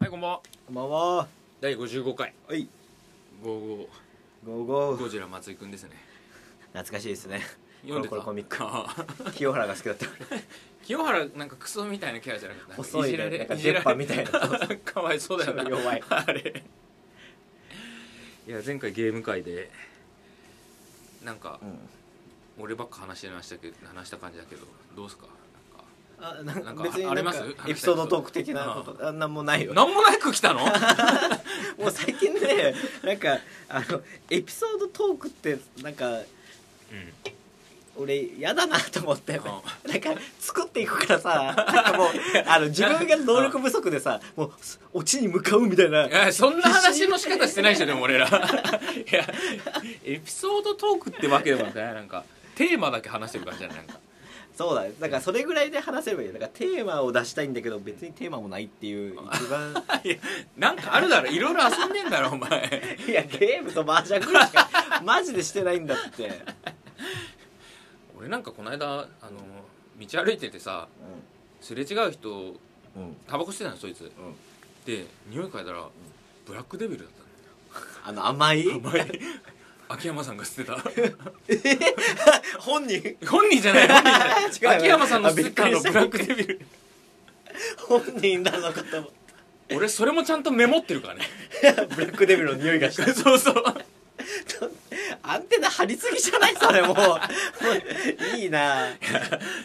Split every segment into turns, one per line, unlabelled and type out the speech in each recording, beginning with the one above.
はいこんばんは
こんばんは。
第55回
はい。
55
ゴーゴ
ゴ
ー。
ジラ松井くんですね
懐かしいです ね。
読んでた
コロコロコミック
あー
清原が好きだった。
清原なんかクソみたいなキャラじゃなくてなんか
細いね
じられ
なんか
いじられ
出っ歯みたいな
かわいそうだよな
弱い
あれいや前回ゲーム会でなんか
うん。
俺ばっか話してましたけど話した感じだけどどうすか
あ、なん
なん
か
か
別に
あ
な
り
ん
ま
か
す
エピソードトーク的なこ
う
と、あ、なんもないよ。
なんかなんもなく来た の
もう最近ね、なんかあのエピソードトークってなんか
う
俺やだなと思って、
ん
なんか作っていくからさ、なん かもうあの自分が能力不足でさ、もうオチに向かうみたいな。
いやそんな話の仕方してないでしょでも俺らいやエピソードトークってわけでもないなんかテーマだけ話してる感じじゃないなんか
そうだねだからそれぐらいで話せればいいだからテーマを出したいんだけど別にテーマもないって いう一番
いやなんかあるだろいろいろ遊んでんだろお前
いやゲームと麻雀ぐらいし かマジでしてないんだって、
俺なんかこの間あの道歩いててさすれ違う人
うんうん、
タバコ吸ってたのそいつで匂い嗅いだらブラックデビルだった
あの甘い
の前秋山さんが吸ってた
本人
本人じゃない本人じゃない秋
違うよ
山さんの吸った
あび
の
っくりした
ブラックデビル
本人なのかと思っ
俺それもちゃんとメモってるからね
た ブラックデビルの匂いがした
そう そう
アンテナ張りすぎじゃないそれ もうもういいな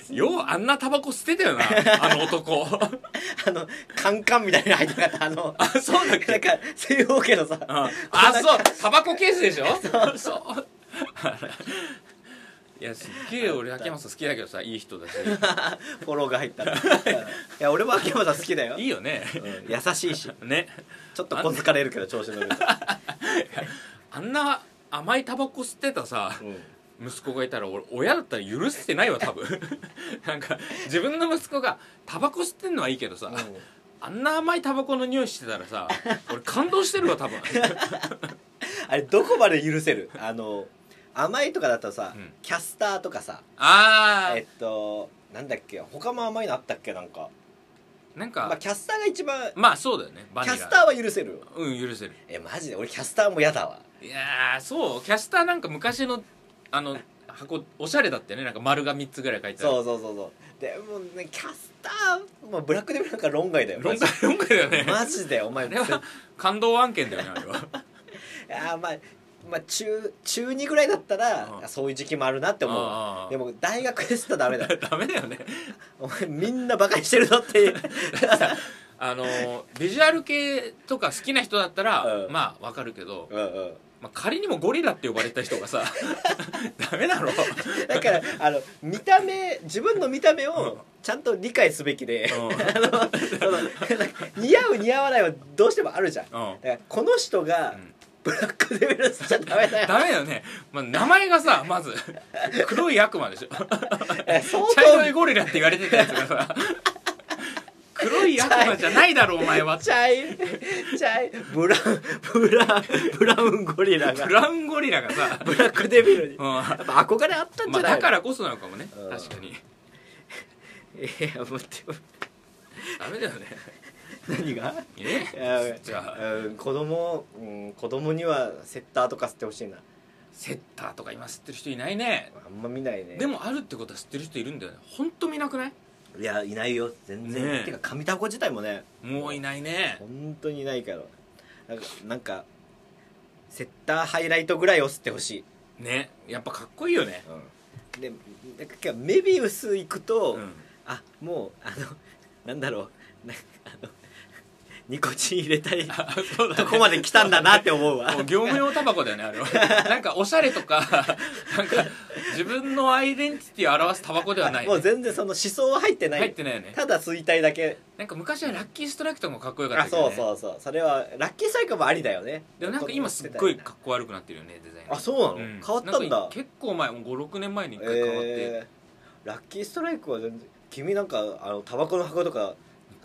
ようあんなタバコ捨てたよ なあの男
あのカンカンみたいなの入ってなかったあの
あそうだっ
なん
け
か西洋家のさ
あ あそうタバコケースでしょそう いやすっげえ俺秋山さん好きだけどさいい人だし
フォローが入ったのいや俺も秋山さん好きだよ
いいよね
うん優しいし
ね
ちょっと小づかれるけど調子乗ると、
あんな甘いタバコ吸ってたさ息子がいたら俺親だったら許してないわ多分 なんか自分の息子がタバコ吸ってんのはいいけどさ、あんな甘いタバコの匂いしてたら さ俺感動してるわ多分
あれどこまで許せるあの甘いとかだとさ、
うん
キャスターとかさ
あ
えっとなんだっけ他も甘いのあったっけなんか、
あなん
まあ、
か
キャスターが一番
まあそうだよねバ
キ
ニ
ャ
ラ
スターは許せる
うん許せる
えマジで俺キャスターも嫌だわ
いやーそうキャスターなんか昔のあの箱おしゃれだったよねなんか丸が3つぐらい書いてある
そうそうそうそうでもねキャスター、まあ、ブラックデビルなんか論外だよ
論外論外だよね
マジでお前
あれは感動案件だよねあれは
あーまあまあ中中2ぐらいだったら
うん
そういう時期もあるなって思う
あ
わ
ー
でも大学ですとダメだ
ダメだよね
お前みんなバカにしてるぞ って
あのービジュアル系とか好きな人だったら、
うん
まあわかるけど、
うんうん
まあ、仮にもゴリラって呼ばれた人がさ ダメだろ
だからあの見た目自分の見た目をちゃんと理解すべきで、
うん
あのそのなんか似合う似合わないはどうしてもあるじゃんだか
うん
らこの人が
ん
ブラックデビルスじゃダメだよ
ダメだよね、まあ、名前がさまず黒い悪魔でしょ
相
茶色い
当
ゴリラって言われてたやつがさ黒い悪魔じゃないだろお前は
茶い茶いブラウンブラウンブラウンゴリラが
ブラウンゴリラがさ、
ブラックデビルに
うんま
やっぱ憧れあったんじ
あ、
ゃない
だ
の、
からこそなのかもね
うん
確かに
いや待って
ダメだよね
何が
えじゃあ
うん子供、うん、子供にはセッターとか吸ってほしいな
セッターとか今吸ってる人いないね
あんま見ないね
でもあるってことは吸ってる人いるんだよねほんと見なくない
いやいないよ全然、
ねえ
てか紙タコ自体もね
もういないね
本当にいないからなんかなんかセッターハイライトぐらいを吸ってほしい、
ねやっぱかっこいいよね
うん、でなんかメビウス行くと、
うん
あもうあのなんだろうなんかあのニコチン入れ たい
あそうだ
と
ね
こまで来たんだなって思うわ
もう業務用タバコだよねあれは なんかおしゃれとか なんか自分のアイデンティティを表すタバコではない、
もう
ね、
全然その思想は入ってない
入ってないよね
ただ衰退だけ
なんか昔はラッキーストライクとかもかっこよかっ
あ
たけど、ね、
そうそうそうそれはラッキーサイクもありだよね
でもなんか今すっごいかっこ悪くなってるよねデザイン
あそうなの、
うん
変わった
な
んだ
か結構前もう56年前に一回変わって、
えー、ラッキーストライクは全然君なんかあのタバコの箱とか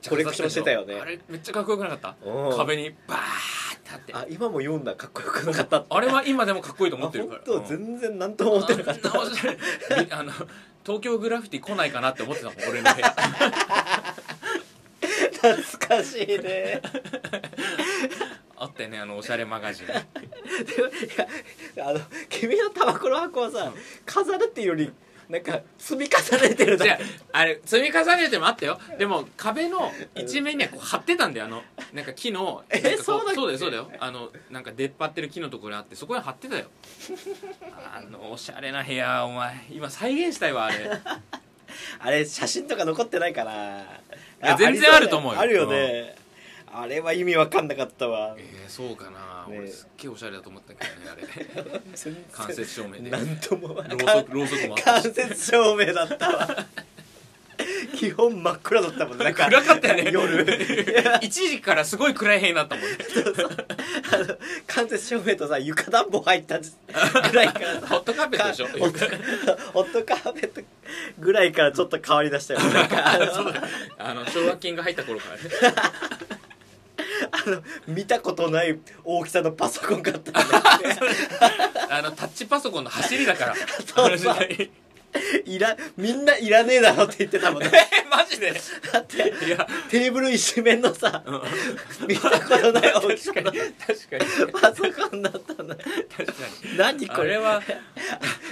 コレクションしてたよね
あれめっちゃかっこよくなかった
うん
壁にバーってあって
あ今も読んだかっこよくなかったって
あれは今でもかっこいいと思ってるから
本当全然何とも思ってなかった
あんなおしゃれみあの東京グラフィティ来ないかなって思ってたもん俺の部屋
懐かしい ね
あったよねあのおしゃれマガ ジン
いやあの君のタバコの箱はさ飾るっていうよりなんか積み重ねてるだ
じゃ
け
ああれ積み重ねてもあったよでも壁の一面にはこう貼ってたんだよあのなんか木の
え
なんかこ
そうだっけ
そうだよそうだよあのなんか出っ張ってる木のところにあってそこに貼ってたよあのおしゃれな部屋お前今再現したいわあれ
あれ写真とか残ってないかない
や全然あると思うよ
ありそうだよあるよねあれは意味わかんなかったわ
えー、そうかな、
ね
俺すっげえおしゃれだと思ったけどねあれ
全然
間接照明で
なんとも
ろうそくろうそくもあった
間
し
接照明だった わ基本真っ暗だったもんなんか
暗かったよね
夜
一時からすごい暗い部屋になったもんね
あの間接照明とさ床暖房入ったぐらいからさ
ホットカーペットでしょ
ホットホットカーペットぐらいからちょっと変わりだしたよなんかあ
そう
の
だあの奨学金が入った頃からね
あの見たことない大きさのパソコン買ったね
あのタッチパソコンの走りだから
そう
あの時 代
いらみんないらねえだろって言ってたもんね
えマジで
だって
いや
テーブル一面のさ
うん
見たことない大きさ
確かに確かに
パソコンだったんだ
確かに
何
あ
こ
れ
れ
は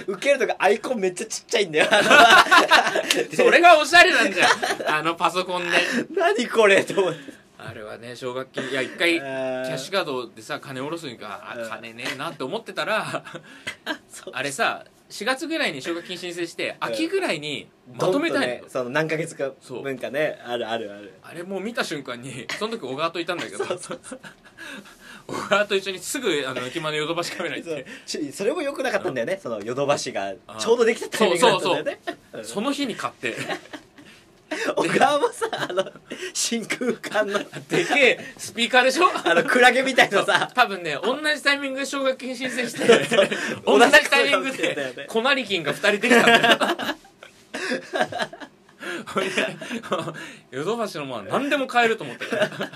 受けるとかアイコンめっちゃちっちゃいんだよあ の
それがおしゃれなんじゃんあのパソコンで
何これと思って
あれはね奨学金いや一回
あ
キ
ー
ャッシュカードでさ金下ろすんかあ
うん
金ねえなって思ってたら
そう
あれさ4月ぐらいに奨学金申請して秋ぐらいにまとめたいの
ドンねその何ヶ月か分かねあるあるある
あれもう見た瞬間にその時小川といたんだけど小川と一緒にすぐあの駅前のヨドバシカメラ行って
そうしそれも良くなかったんだよねそのヨドバシが
あ
ちょうどできたタイミングだったんだよね
その日に買って
小川もさあの真空管の
でけえスピーカーでしょ
あのクラゲみたいなさ
多分ね同じタイミングで奨学金申請して同じタイミングでコナリキンが2人できたんだよほいでヨドバシのものは何でも買えると思ったから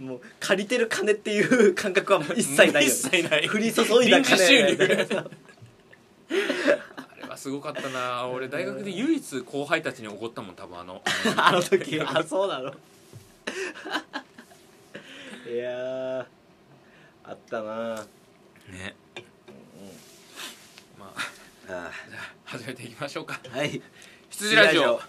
もう借りてる金っていう感覚はもう一切ないよね
一切ない
降り注いだ金
臨時収入あれはすごかったな俺大学で唯一後輩たちに怒ったもん多分あの
あの時 あそうなのいやーあったなあ
ねまあ
あ
じゃあ始めていきましょうか
はい
羊ラジオ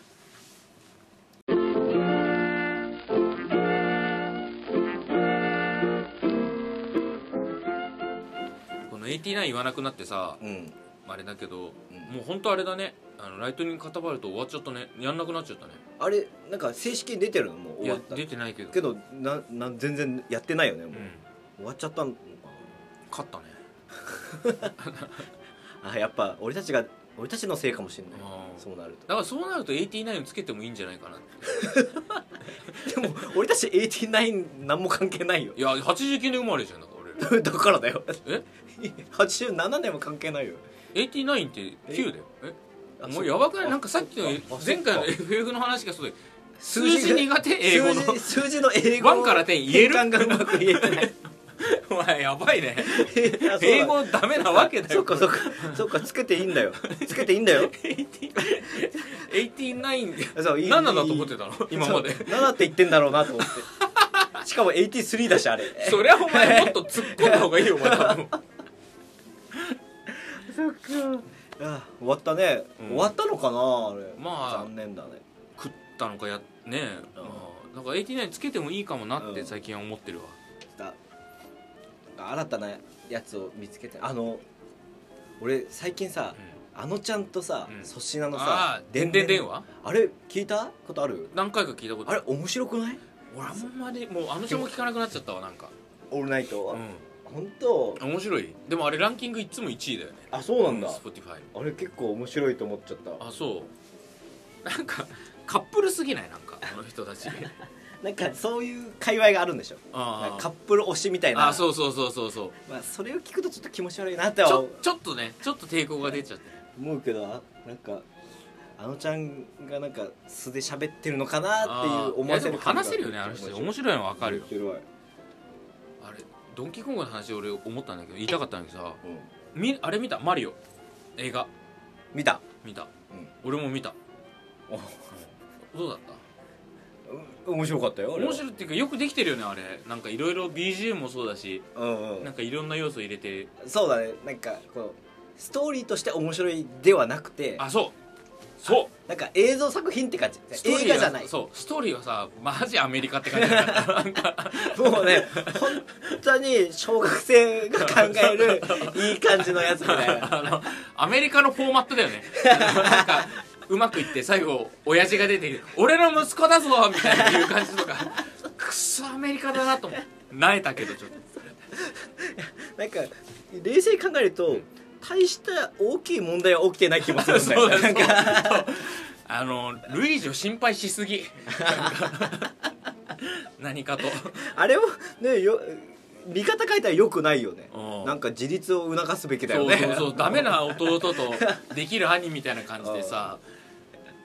この89言わなくなってさ
うん
あれだけど、
うん
もうほんとあれだねあのライトニング固まると終わっちゃったねやんなくなっちゃったね
あれなんか正式に出てるのもう
い
終わ
や
った
出てないけど
けどなな全然やってないよね
う
も
ん
う、終わっちゃったのか
勝ったね
なあやっぱ俺たちが俺たちのせいかもしれない
あー
そうなると
だからそうなると89つけてもいいんじゃないかな
でも俺たち89何も関係ないよ
いや89年生まれじゃんだから俺ら
だからだよ
え
87年も関係ないよ
89って9だよえ
あ
も
そうっ
やばくないなんかさっきの
あそっか
前回の FF の話がそうだよ数字苦手英語の
数字数字の英語
ワンから点言える
変換がうまく言えてない
お前やばい ね
あそうだ
英語ダメなわけだ
そっ
よ
かそっかそっかつけていいんだよつけていいん だよ
89
そういい
7だと思ってたの今まで
そう7って言ってんだろうなと 思ってしかも83だしあれ
そりゃお前もっと突っ込んだ方がいいよお前多分
そっか あ終わったね、
うん
終わったのかなあれ
まあ
残念だね
食ったのかやねえ
うん
まあなんか89つけてもいいかもなって
うん
最近は思ってるわ
だ新たなやつを見つけてあの俺最近さ、あのちゃんとさ
うん
粗品、の
あ
さ
あ「でんでん電話
あれ聞いたことある」
何回か聞いたこと
あ
あ
れ
る
面白くない
俺あんまりもうあの人も聞かなくなっちゃったわなんか
オールナイト、
う
本当
ん面白いでもあれランキングいつも1位だよね
あそうなんだ、
Spotify
あれ結構面白いと思っちゃった
あそうなんかカップルすぎないなんかあの人た ち
なんかそういう界隈があるんでしょ
あ
カッ
あ
プル推しみたいな
あそうそうそうそうそう
まあ、それを聞くとちょっと気持ち悪いなって
ち
は
ょちょっとねちょっと抵抗が出ちゃって
思うけどあなんかあのちゃんがなんか素で喋ってるのかなっていう思わせ
いやでも
る
話せるよねあの人面白いのわかるよ
面白い、
あれドンキーコングの話俺思ったんだけど言いたかったんだけどさ
うん、
みあれ見たマリオ映画
見た
見た、
うん
俺も見た
お
どうだった
面白かったよあれは
面白いっていうかよくできてるよねあれなんかいろいろ BGM もそうだし
うんう
なん
ん
かいろんな要素入れて
そうだねなんかこのストーリーとして面白いではなくて
あそうそう
なんか映像作品って感じ
ストーリ
映
ーは
画じゃない
そうストーリーはさマジアメリカって感じだったなんか
もうね本当に小学生が考 えるいい感じのやつみたいな
あのアメリカのフォーマットだよねなんかうまくいって最後親父が出てきて「俺の息子だぞ!」みたいないう感じとかくそアメリカだなと思ってなえたけどちょっと
なんか冷静に考えると大した大きい問題は起きてない気もするんだ
そ
よ
うだそう
ねな
ん
か
そうあのルイージを心配しすぎなんか何かと
あれをねよ見方変えたらよくないよね
うん
なんか自立を促すべきだ
そ
よ
う
ね
そうそうダメな弟とできる兄みたいな感じでさ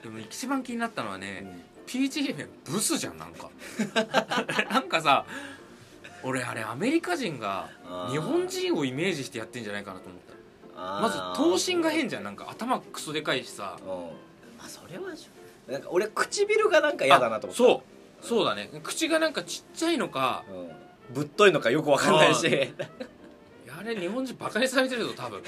でも一番気になったのはね、PG 編ブスじゃんなんか なんかさ俺あれアメリカ人が
あー
日本人をイメージしてやってんじゃないかなと思ったまず
ま
頭身が変じゃんなんか頭クソでかいしさ
うんまあそれはしょなんか俺唇がなんか嫌だなと思った
そうそうだね口がなんかちっちゃいのか
うんぶっといのかよくわかんないし 日
いやあれ日本人バカにされてるぞ多 分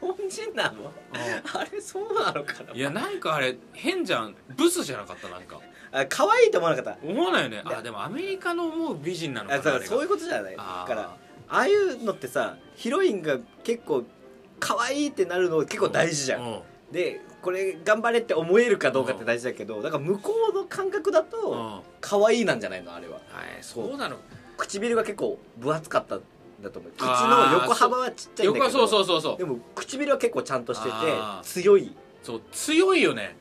本人なの あれそうなのかない
やなんかあれ変じゃんブスじゃなかったなんか
あ可愛いと思わなかった
思わないよねあでもアメリカの思う美人なのか
あ
な
だか
あ
ら
れが
そういうことじゃないだ
あー
からああいうのってさヒロインが結構可愛いってなるの結構大事じゃん、
う
でこれ頑張れって思えるかどうかって大事だけどだから向こうの感覚だ
うん
と
はい
可愛いなんじゃないのあれは
そうなの
唇が結構分厚かったんだと思う口
あー
の横幅はちっちゃいん
横
だけど
はそうそうそうそう
でも唇は結構ちゃんとしてて
あー
強い
そう強いよ ね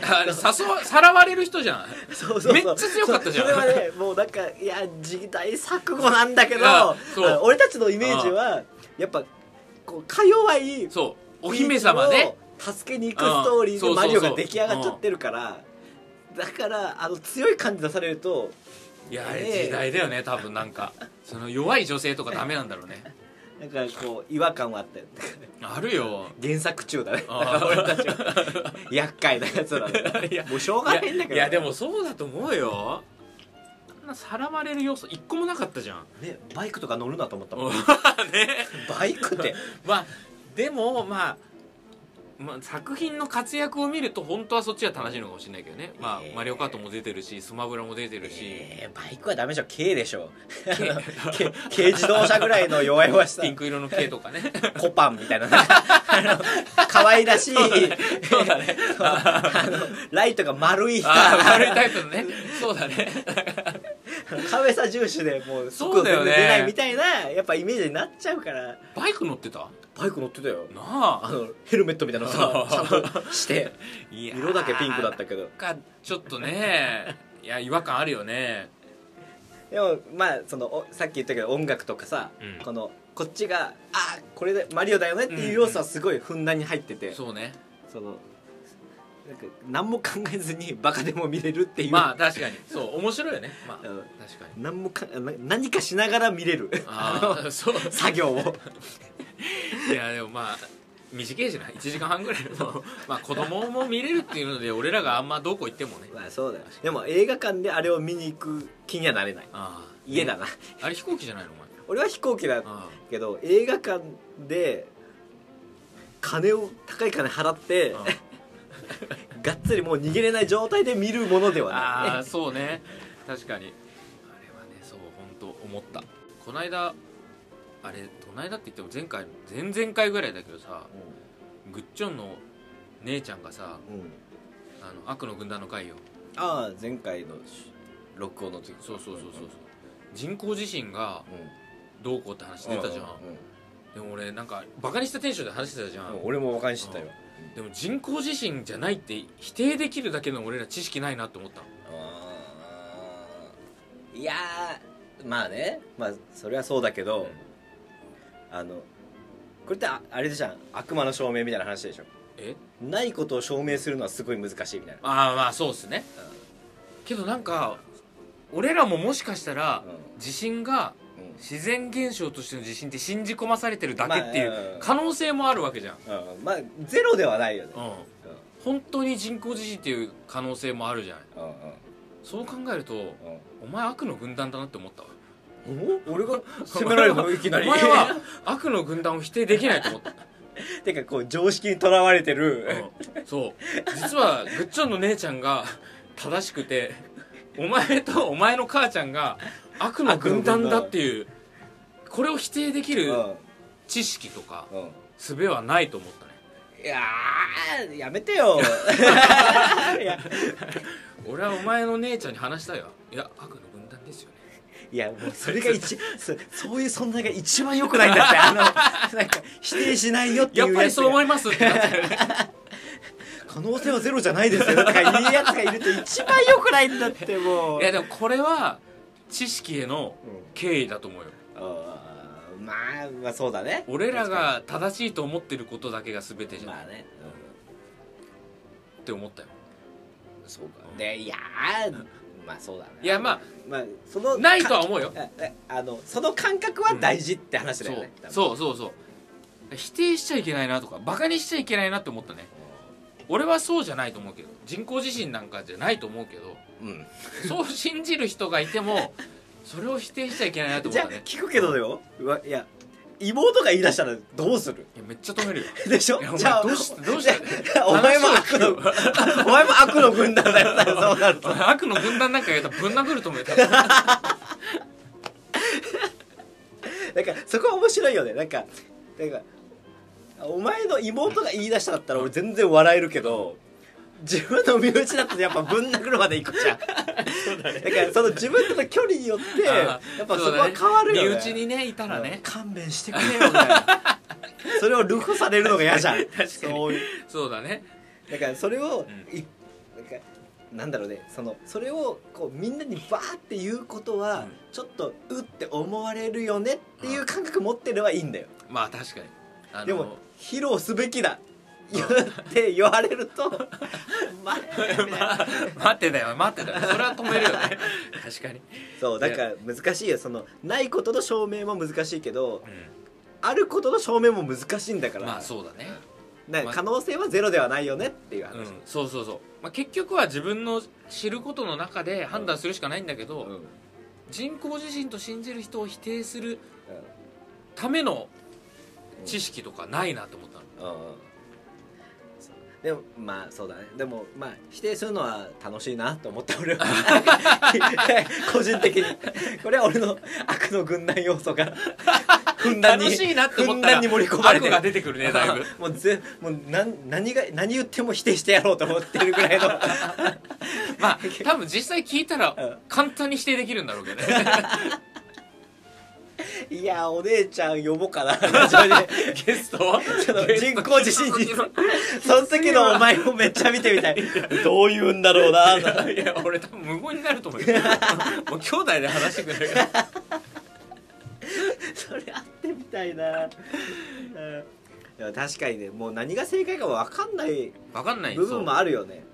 あれ誘わさらわれる人じゃん
そうそうそう
めっちゃ強かったじゃん
そそれはねもうなんかいや時代錯誤なんだけど
いやそう
あの俺たちのイメージはやっぱこうか弱い
そうお姫様ね
ピーチを助けに行くストーリー
う
で
ん
マリ
そ
オが
うそうそう
出来上がっちゃってるからだからあの強い感じ出されると
いやあれ
ええ
時代だよね多分なんかその弱い女性とかダメなんだろうね
なんかこう違和感はあったよだから
あるよ
原作中だね
あー
俺たちは厄介なやつらだね
いや
もうしょうがないんだけど
いやいやでもそうだと思うよあんなさらわれる要素一個もなかったじゃん
ねバイクとか乗るなと思ったもん
ね
バイクって
まあでもまあまあ、作品の活躍を見ると本当はそっちが正しいのかもしれないけどね、まあ
ええ
マリオカートも出てるしスマブラも出てるし、
えーバイクはダメでしょ軽でしょ軽軽自動車ぐらいの弱々し さ
ピンク色の K と かね
コパンみたいななんかあの可愛らしい
そうだね
あのライトが丸い
ああ
さ
悪いタイプのねそうだね
可愛さ重視でもう
そうだよね
出ないみたいなやっぱイメージになっちゃうから
バイク乗ってたな
バイク乗ってたよあ
あ
のヘルメットみたいな のさちゃんとして
いやー
色だけピンクだったけど
なんかちょっとねいや違和感あるよね
でもまあそのおさっき言ったけど音楽とかさ、
うん
このこっちがあこれでマリオだよねっていう要素はすごいふんだんに入ってて、
そうね
そのなんか何も考えずにバカでも見れるっていう、
まあ確かにそう面白いよねまあ
う
確
ん
かに
何もかな何かしながら見れる
ああそう
作業を
いやでもまあ短いしな1時間半ぐらいのまあ子供も見れるっていうので俺らがあんまどこ行ってもね
まあそうだよでも映画館であれを見に行く気にはなれない
ああ
家だな、
あれ飛行機じゃないのお前
俺は飛行機だ
ああ
けど映画館で金を高い金払って、
うん
がっつりもう逃げれない状態で見るものではない
ああそうね確かにあれはねそう本当思ったこの間あれこの間って言っても前回前々回ぐらいだけどさグッチョンの姉ちゃんがさ
うんうん
あの悪の軍団の会よ
ああ前回のし録音の時
そうそうそうそうそう人工地震が
うん、うん
どうこうって話出たじゃん
う
で
う
も俺なんかバカにしたテンションで話してたじゃん
うん俺も分かり知ったよ
でも人工地震じゃないって否定できるだけの俺ら知識ないなって思ったの
あーいやーまあねまあそれはそうだけど、あのこれってああれじゃん悪魔の証明みたいな話でしょ
え
ないことを証明するのはすごい難しいみたいな
ああまあそうっすね、けどなんか俺らももしかしたら
うん
地震が
うん
自然現象としての地震って信じ込まされてるだけってい
まあうん
う可能性もあるわけじゃん、
うんまあゼロではないよね
うん、本当に人工地震っていう可能性もあるじゃない
うんうんうん
そう考えるとお前悪の軍団だなって思ったわ
お俺が責められる のいきなり
お前は悪の軍団を否定できないと思った、
てかこう常識にとらわれてる、
うんそう実はグッチョンの姉ちゃんが正しくてお前とお前の母ちゃんが悪の軍団だっていうこれを否定でき
うん
る知識とか
うん
術はないと思ったね
いやーやめて よいや
俺はお前の姉ちゃんに話したいわいや悪の軍団ですよね
いやもうそれが一そそういう存在が一番良くないんだって あのなんか否定しないよって
やっ
いう
ぱ
や
り
つ
そう思
が
いますってなってる
可能性はゼロじゃないですよとかいうやつがいると一番良くないんだって もう
いやでもこれは知識への
うん
敬意だと思うよ
あーまあまあそうだね
俺らが正しいと思ってることだけが全て
確かに
じゃない
まあね、
って思ったよ
うん、そうかでいやーまあそうだね
いやま
まあその
あないとは思うよ
かえあのその感覚は大事って話だよね、多分
そうそうそうそう否定しちゃいけないなとかバカにしちゃいけないなって思ったね俺はそうじゃないと思うけど人工地震なんかじゃないと思うけ ど
うん
そう信じる人がいてもそれを否定しちゃいけないなと
じ
思っ
ゃ
た
あ
ね
聞くけどようわいや妹が言い出したらどうする
いやめっちゃ止めるよ
でしょ
いやお前
じゃあ
どうしどうして
じゃあ お前も悪
話
の
を聞くよ
お前も悪の軍団 だよ多分そうなると
悪の軍団なんか言うとぶん殴ると思うよ多 分
なんかそこは面白いよねなんかなんかお前の妹が言い出しただったら俺全然笑えるけど自分の身内だとやっぱぶん殴るまで行くじゃんだ,、からその自分との距離によってや
あ
っぱそ
そう
こ
だ
は
ね
変わるよね
身内にねいたらね
勘弁してくれよみたいなそれをルフされるのが嫌じ ゃんそういう
そうだね
だからそれを、
う
いなんかなんだろうねそのそれをこうみんなにバーって言うことは、
うん
ちょっとうって思われるよねっていう感覚持ってればいいんだよ、
まあ確かにあの
でも披露すべきだ言って言われ ると「まあ
ま 待ってたよ待ってたよそれは止めるよ ね確かに、
そうだから難しいよそのないことの証明も難しいけど
う
あることの証明も難しいんだか
ん、
ら、
まあそうだね、
なんか可能性はゼロではないよねっていう話、
うん、そうそうそう、まあ、結局は自分の知ることの中で判断するしかないんだけど、
うん
人工地震と信じる人を否定するための知識とかないなと思ったの、
でもまあそうだねでもまあ否定するのは楽しいなと思った 俺は個人的にこれは俺の悪の軍団要素がふんだんに
楽しいなって
ふ
思
ん
った
だ
ら
んに盛り込まれて
悪が出てく るねだいぶ
もうぜもう何何が何言っても否定してやろうと思ってるぐらいの
ま あ多分実際聞いたら簡単に否定できるんだろうけど ね
いやお姉ちゃん呼ぼう かなラジオに
ゲストを
ちょっと人工地震にその時のお前をめっちゃ見てみたいどう言うんだろうなと
いや俺多分無言になると思うよ もう兄弟で話してくれるから
それあってみたいなうんでも確かにねもう何が正解か分かんない
分かんない
部分もあるよね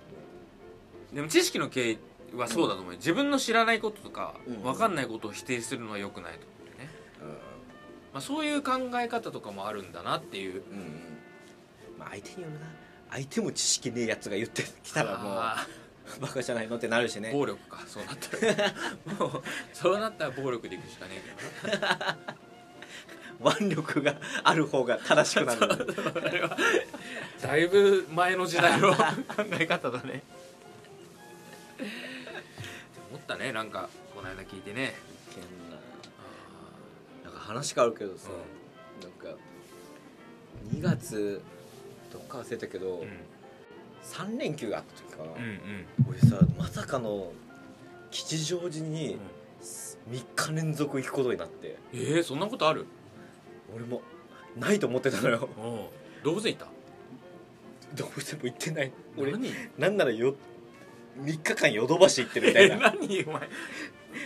でも知識の経緯はそうだと思うよ自分の知らないこととか
うん
分かんないことを否定するのは良くないと思うんだよね、まあ、そういう考え方とかもあるんだなっていう
うん、まあ相手によるな相手も知識ねえやつが言ってきたらも
あ
うバカじゃないのってなるし
ー
ね
暴力かそうなったらもうそうなったら暴力でいくしかね
腕力がある方が正しくな る
えけどあれはだいぶ前の時代の考え方だねって思ったねなんかこの間聞いてね
なんか話変わるけどさ、なんか2月どっか忘れたけど、
うん
3連休があった時かな、
うん
俺さまさかの吉祥寺
うん
に3日連続行くことになって
えー、そんなことある
俺もないと思ってたのよ
おう動物園行っ
どうしても行ってない
た
俺
何
なんならよ3日間ヨドバシ行ってるみた いな
何お前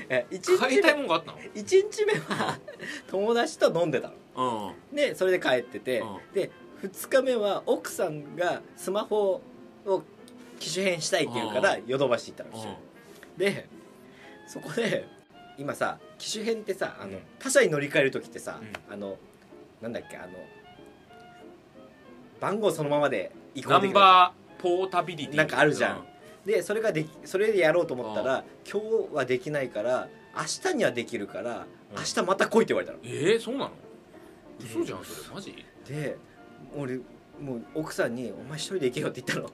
え1
買
日
いたい
目
もんがあったの
一日目は友達と飲んでたの
うん
でそれで帰ってて、
うん
で2日目は奥さんがスマホを機種変したいっていうからヨドバシ行ったの一緒にでそこで今さ機種変ってさあの、
うん
他社に乗り換える時ってさ、あのなんだっけあの番号そのままで移行
ナ
でき
ン
る
バーポータビリティ
なんかあるじゃんでそれができそれでやろうと思ったら今日はできないから明日にはできるから
うん
明日また来いって言われたの、
えー、そうなの嘘じゃんそれマジ
で俺もう奥さんに「お前一人で行けよ」って言っ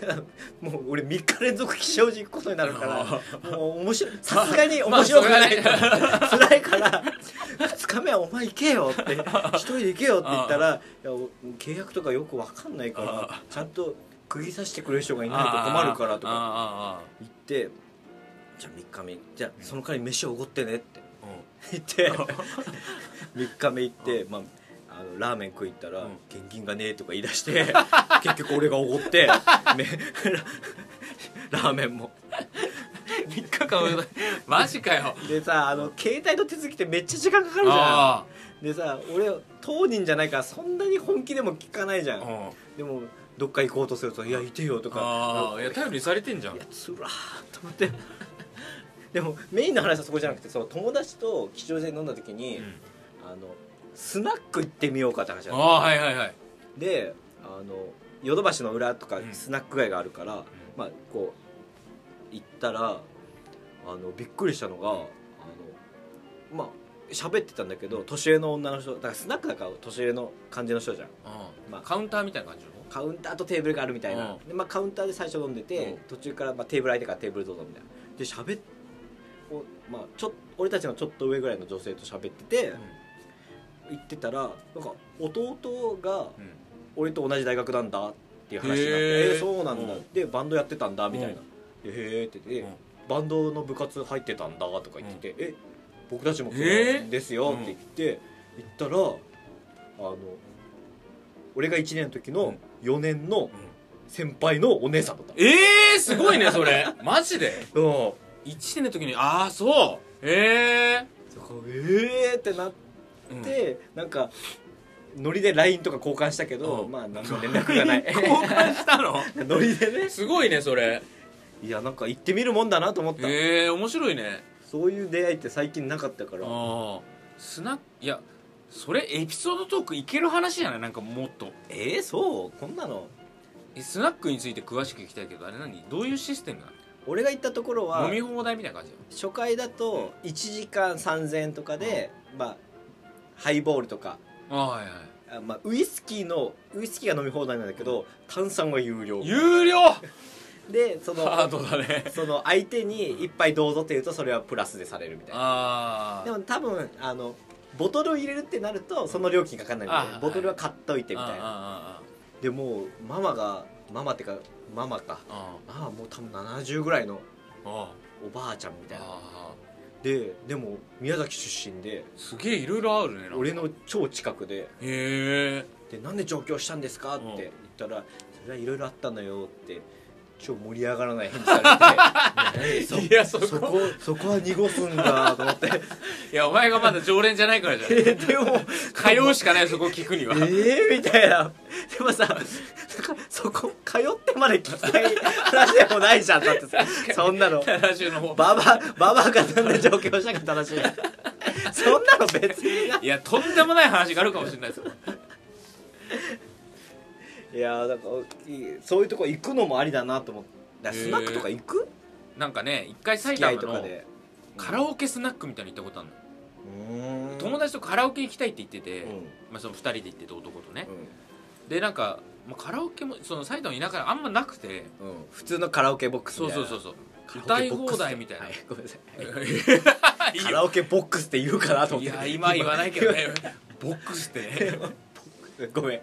たの、 もう俺3日連続吉祥寺行くことになるからもう面白いさすがに面白くな い
まあそ
辛いから2日目は「お前行けよ」って「一人で行けよ」って言ったら「いやお契約とかよく分かんないからちゃんと釘刺してくれる人がいないと困るから」とか
あー
言って「じゃあ3日目じゃあその代わり飯おごってね」って
あーあー
言って3日目行って、まああのラーメン食い行ったら、
うん
現金がねえとか言い出して 結局俺がおごってめ ラーメンも
うん3日間泳いだマジかよ
でさあの携帯の手続きってめっちゃ時間かかるじゃ
あ
んでさ俺当人じゃないからそんなに本気でも聞かないじゃ
あ
ん、
うん
でもどっか行こうとすると「いやいてよ」とか
ああいや頼りにされてんじゃん
いやつらーと思ってでもメインの話はそこじゃなくてそう友達と吉祥寺で飲んだ時に、
うん
あのスナック行ってみようかって話
あ
だっ
あはいはいはい
たであのヨドバシの裏とか
うん
スナック街があるから、まあこう行ったらあのびっくりしたのがあのまあ喋ってたんだけど年上の女の人だからスナックだから年上の感じの人じゃん
うん
まあ
カウンターみたいな感じの
カウンターとテーブルがあるみたいな、
う
でまあ、カウンターで最初飲んでて、
うん
途中から、まあ、テーブル空いてからテーブルどうぞみたいなで喋っおまあ、ちょ俺たちのちょっと上ぐらいの女性と喋ってて、行ってたらなんか弟が
うんうん
俺と同じ大学なんだっていう話になって
へー
えーそうなんだ、
うん
でバンドやってたんだみたいな
う
「でへえ」って言っ
う
て、
ん
バンドの部活入ってたんだ」とか言ってて「え僕たちもそう
へ
な
ー
んですよ」って言って行ったらあの俺が1年の時の4年
う
の
ん
先輩のお姉さんだった
ええー、すごいねそれマジで
の。
1年の時にああそうえ
そこえーってなっ
えー、
て、なんかノリで LINE とか交換したけど、
うん
まあ何も連絡がない
交換したの
ノリでね
すごいねそれ
いやなんか行ってみるもんだなと思った、
ええー、面白いね
そういう出会いって最近なかったから
ああスナックいやそれエピソードトークいける話じゃないなんかもっと
えー、そうこんなの
えスナックについて詳しく聞きたいけどあれ何どういうシステムな
俺が行ったところ
の
は
飲み放題みたいな感じ
初回だと1時間3000円とかで、まあハイボールとか
ああはいはい
あまあ、ウイスキーのウイスキーが飲み放題なんだけど炭酸は有料
有料
でその
ハードだね
その相手に一杯どうぞって言うとそれはプラスでされるみたいな
あ
で
あ
も多分あのボトルを入れるってなるとその料金かかんないみたい
あ
な
ー
ボトルは買っといてみ
あ
たいな
あ
でもうママがママってかママか
あああ
ママもう多分70ぐらいの
ああ
おばあちゃんみ
あ
たいな
あ
ででも宮崎出身です
げえいろいろあるねなんか
俺の超近くで
へえ
でなんで上京したんですか?」って
うん
言ったら「それはいろいろあったのよ」って超盛り上がらない返事されて ね
いやそこ
そこそこは濁すんだと思って
いやお前がまだ常連じゃないからじゃ ない
えでも
通うしかないそこ聞くには
えー、みたいなでもさそこそこ通ってまで聞きたい話でもないじゃんだってさそんなの
ラジオの 方
ババアババアがなんで上京したか楽しいそんなの別にない
いやとんでもない話があるかもしれないですよ
いやーだからいそういうとこ行くのもありだなと思ってだからスナックとか行く
なんかね一回
付
埼
き合い
玉
とか
の
で
カラオケスナックみたいに行ったことあるの
うん
友達とカラオケ行きたいって言ってて、
うん
まあ、その2人で行ってて男とね、でなんか、まあ、カラオケもその埼玉の田舎があんまなくて
うんうん普通のカラオケボックス
そう
みたい
そ
な
うそうそう
カラオ
歌
ケ
い
ボック
放
ス
題みたいな
は、ごめんなさい
いい
カ
よ
ラオケボックスって言うかなと思
い
って
や今は言わないけどねボックスってね
今 ごめん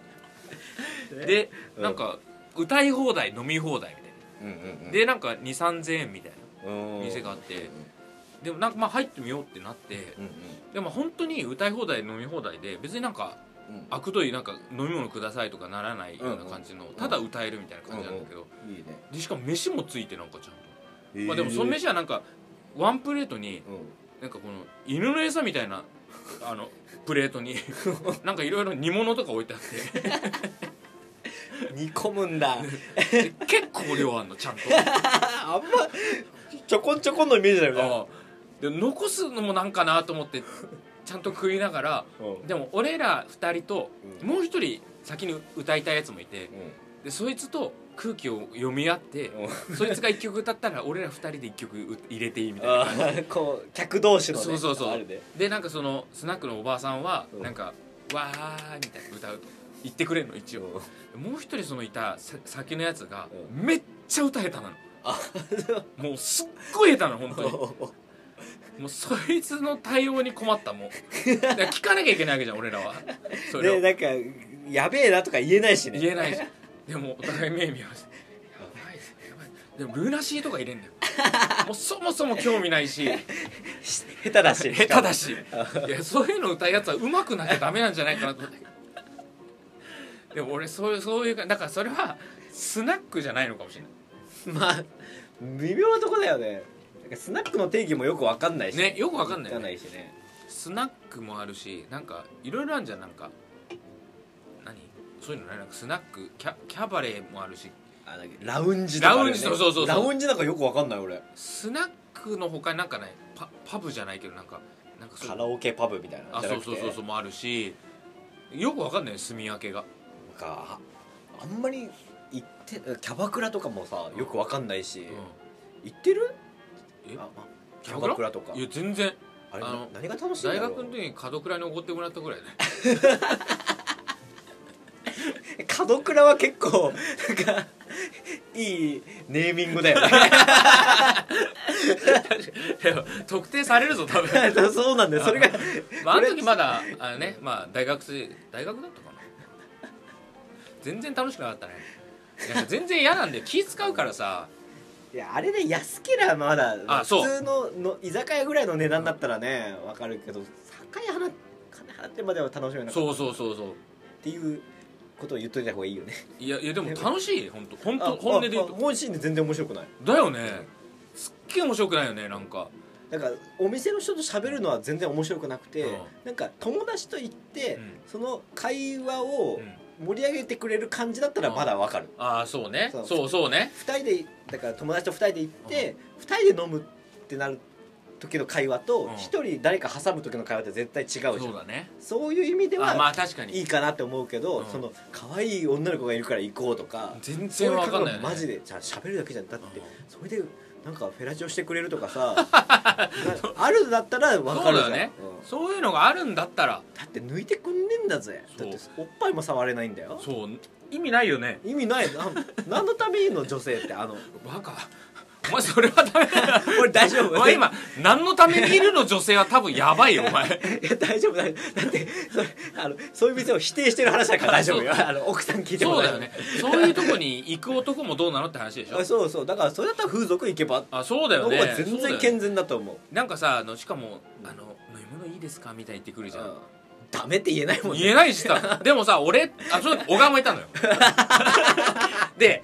で
うん
なんか歌い放題飲み放題みたい
うん
なでなんか2 3 0 0円みたい
うん
な
う
ん店があってでもなんかまあ入ってみようってなって
うん
でも本当に歌い放題飲み放題で別になんか
うん
あくどいなんか飲み物くださいとかならないような感じのただ歌えるみたいな感じなんだけど
うんいいね
でしかも飯もついてなんかちゃんと
えー
まあでもその飯はなんかワンプレートに
うん
なんかこの犬の餌みたいな あのプレー トになんかいろいろ煮物とか置いてあっ
煮込む んだ
てで結構量あんのちゃん と
あんまちょこんちょこんのイメージだよね
ああで残すのもなんかなと思ってちゃんと食いながら
うん
でも俺ら2人と
うん
もう1人先に歌いたいやつもいて
う
でそいつと空気を読み合ってそいつが1曲歌ったら俺ら2人で1曲う入れていいみたいな
あー こう客同士のね
そうそうそう
あれで
でなんかそのスナックのおばあさんは
うん
なんか「わーい」みたいな歌うと言ってくれるの一応もう一人そのいたさ先のやつがめっちゃ歌下手なの
あ
もうすっごい下手なの本当に
そう
もうそいつの対応に困ったもう だから聞かなきゃいけないわけじゃん俺らはそれ
で
を
なんかやべえなとか言えないしね
言えないしでもお互い目見合わせてやばいっすやばいでもルーナシーとか入れんだよもうそもそも興味ないし
し下手だし
下手だしいやそういうの歌うやつは上手くなきゃダメなんじゃないかなと思ってでも俺そういうそういうかだからそれはスナックじゃないのかもしれな
まあ微妙なとこだよねなんかスナックの定義もよくわかんないし
いねよくわかんないよ
わ
ね
ないしね
スナックもあるしなんかいろいろあるじゃんなんか何そういうのないなんかスナックキャキャバレーもあるし
あなんかラウンジとかあるよね
ラウンジそうそうそうそう
ラウンジなんかよくわかんない俺
スナックの他になんかねパパブじゃないけどなんかなんかそう
カラオケパブみたいな
あ
じゃ
そ
な
う
くて
そうそうそうもあるしよくわかんないよ住み分けが
なんかああんまり行ってキャバクラとかもさよくわかんないし、
うん
行ってる
え
ああキ
キ
ャ
ャ
バ
バ
ク
ク
ラとか
いや全然
あれ
あの
何が楽しいん
大
だろう
学の時に門倉におごってもらったぐらいね
門倉は結構なんかいいネーミングだよね
いや特定されるぞ多分、
そうなんだよそれが
まあ、あの時まだあのね、まあ、大学生大学だったかな全然楽しくなかったねいや全然嫌なんで気使うからさ
いやあれね安けりゃまだ
あ
普
そう
通のの居酒屋ぐらいの値段だったらねわかるけど高い花金払ってまでは楽しめなかった
そうそうそうそう
っていうことを言っといた方がいいよね
いやいやでも楽しい本当本
あ
当本音で言う
あ
と
あ本心で全然面白くない
だよねすっげえ面白くないよねなんか
なんかお店の人と喋るのは全然面白くなくて、
うん
なんか友達と行って、
うん
その会話を
うん
盛り上げてくれる感じだったらまだわかる、
ああそうね
そう
そうそうね
二人でだから友達と二人で行って、二人で飲むってなる時の会話
う
と
ん
一、人誰か挟む時の会話って絶対違うじゃん
そうだね
そういう意味で
あま
は
あ確か
い
に
いかなって思うけど、
うん
その可愛い女の子がいるから行こうとか
全然わかんないよ
そうう感
ね
覚がマジでじゃあ喋るだけじゃんだって
うん
それでなんかフェラチオしてくれると かさなあるんだったらわか
そう
るじ
だ
ゃん
よね
うん
そういうのがあるんだったら
だって抜いてくんねえんだぜだ
そ
っ
う
ておっぱいも触れないんだよ
そう意味ないよね
意味ないな何のためにの女性ってあ の
バカお前それはダメだよ
俺大 丈夫
お前今何のためにいるの女性は多分やばいよお前
いや大丈夫だだってそれあのそういう店を否定してる話だから大丈夫よあの奥さん聞いても
そう
大
だ
丈
よ
夫
ねそういうとこに行く男もどうなのって話でしょ
あそうそうだからそれだったら風俗行けば
あそうだよ
僕
ね
は全
そうだよ
然
ね
健全だと思う
なんかさあのしかもあの「飲み物いいですか?」みたいに言ってくるじゃ
うんんダメって言えないもん
言えないし さでもさ俺あそう小川もいたのよで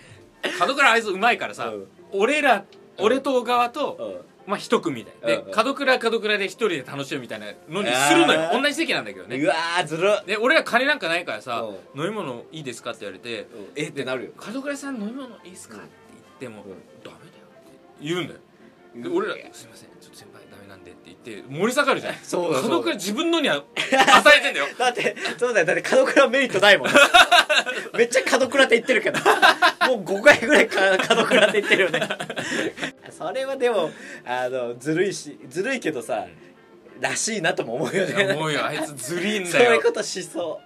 門倉あいつうまいからさ、
うん
俺ら俺と小川
う
と、
ん
まあ一組で、で
うんうん
門倉は門倉で一人で楽しむみたいなのにするの
あ
よ
ー
同じ席なんだけど
う
ね
わーずるっ
で俺ら金なんかないからさ
う
「
ん
飲み物いいですか?」って言われて
うんえってなるよ
「門倉さん飲み物いいですか?」って言っても
うん
「ダメだよ」って言うんだよで
うん
俺ら「すいませんちょっと先輩ダメなんで」って言って盛り下がるじゃん
そうだそうだ
門倉自分のには 与えてんだ よ
だってそうだよだって門倉はメリットないもん めっちゃ門倉って言ってるけどもう5回ぐらいか門倉って言ってるよ ねそれはでもあのずるいしずるいけどさ、らしいなとも思うよ
いや
ね
もうよあいつずりん
そ
だ
うい
よ
うことしそ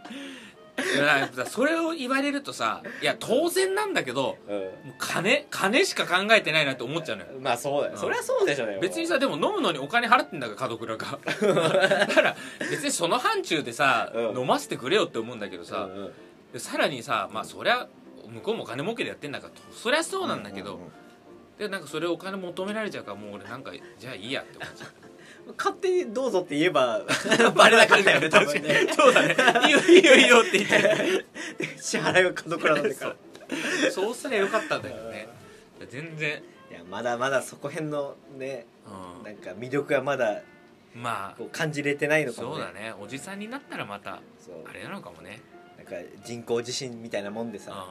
いやだからそれを言われるとさいや当然なんだけど
う、
もう金金しか考えてないなって思っちゃうのよ
うん、まあそうだよ、
うん
そりゃそうでしょうね
別にさでも飲むのにお金払ってんだから門倉 がだから別にその範疇でさ、
うん
飲ませてくれよって思うんだけど
さ、
さ
う、んうん
でさらにさまあそりゃ向こうもお金儲けでやってんだからそりゃそうなんだけど、
うんうん
でなんかそれお金求められちゃうからもう俺なんかじゃあいいやって思っちゃ う
勝手にどうぞって言え ばバレなかったよね多分ね
そうだねいいよいいよいいよ って言って
支払いは門倉なんだから
そうすりゃよかったんだけどねいや全然、
いやまだまだそこ辺のねな
うん
か魅力はまだ
ん、まあ
こう感じれてないのかもね
そうだねおじさんになったらまた
そう
あれなのかもね
なんか人工地震みたいなもんで
うん
さ、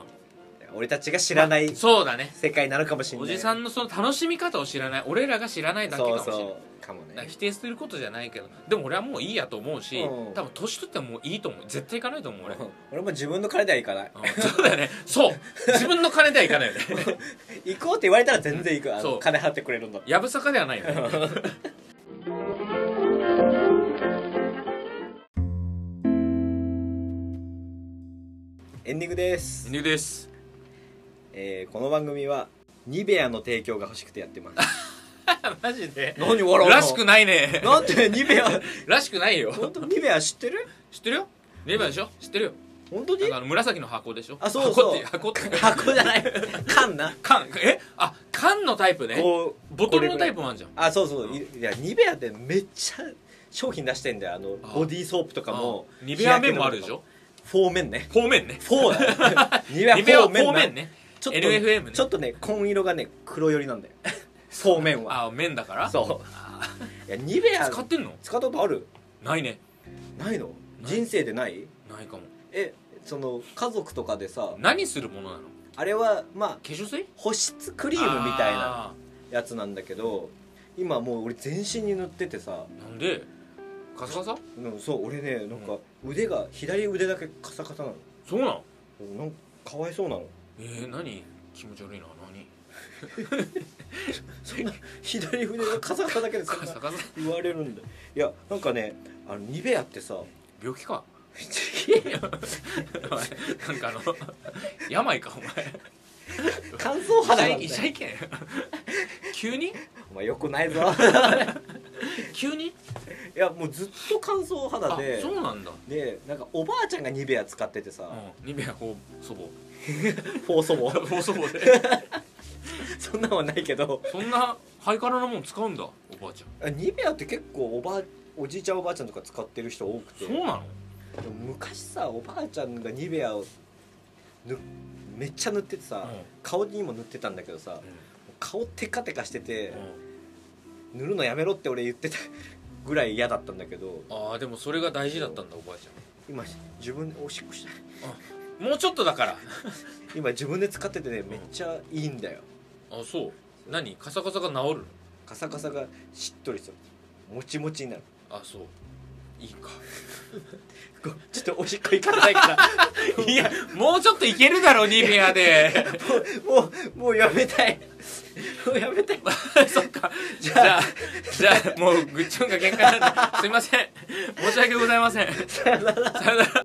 俺たちが知らない
そうだね
世界なのかもしれな
お
い、
じさんのその楽しみ方を知らない俺らが知らないだけか
そ
も
う
しれない
そうかも
だから
ね
否定することじゃないけどでも俺はもういいやと思うし、
うん
多分年取ってももういいと思う絶対行かないと思う俺、
うん俺も自分の金では行かない
うんそうだよねそう自分の金では行かないよね
行こうって言われたら全然行くあ
そ
の
う
金払ってくれるんだ
やぶさかではないよ ね
エンディングです、
ニュー です
えーこの番組はニベアの提供が欲しくてやってます
マジで
何笑うの
らしくないね
なんてニベア
らしくないよ
本当ニベア知ってる
知ってるよレバーでしょ知ってるよ
本当に
なんかあの紫の箱でしょ
あそうそう
箱って箱って
箱じゃない缶な
缶えあ缶のタイプね
こう
ボトルのタイ
プ
プもあるじゃん
あそうそういいやニベアってめっちゃ商品出してんだよあの
あ
ボディーソープとかも
あニベア面もあるでしょ
フォーメンね
方面ね
フォー だニベア
ニベア
フ
方
ォーメンな
面ね
ちょっと
LFM ね
ちょっとね紺色がね黒寄り なんだよフォーメンは
あ面だから
そう
あ
いやニベア
使ってんの
使ったことある
ないね
ないの
ない
人生でない
ないかも
えその家族とかでさ
何するものなの化
あれはまあ
粧水
保湿ク
ク
リームみたいなやつなんだけど今もう俺全身に塗っててさ
なんでカサカサ
うんそう俺ねなんか腕が左腕だけカサカサなの
そうなの
うんなんかかわいそうなの
えー、何気持ち悪いな何
そんな左腕がカサカサだけでそん
カ
な
サカサ
言われるんだいやなんかねあのニベアってさ
病気かなんかあの病かお前
乾燥肌なんだ
医者
よ
意見急に
お前よくないぞ
急に
いやもうずっと乾燥肌
あ
で
そうなんだ、
でなんかおばあちゃんがニベア使っててさ
うん、ニベアほう祖母
フォーソボ
ほう祖母で
そんなんはないけど
そんなハイカラなもん使うんだおばあちゃん
あニベアって結構おばあおじいちゃんおばあちゃんとか使ってる人多くて
そうなの
でも昔さおばあちゃんがニベアをぬめっちゃ塗っててさ、
うん
顔にも塗ってたんだけどさ顔テカテカしてて、
うん
塗るのやめろって俺言ってたぐらい嫌だったんだけど
ああでもそれが大事だったんだおばあち
今自分でおしっこした
ゃんもうちょっとだから
今自分で使っててねめっちゃいいんだよ
あそう何カサカサが治るの
カサカサがしっとりするもちもちになる
あそういいか
ごちょっとおしっこ行かないから
いやもうちょっといけるだろニベアで
もうもうやめたいもうやめたい
そっかじゃあじゃあもうグッチョンが限界なんですいません申し訳ございません
さよなら
さよなら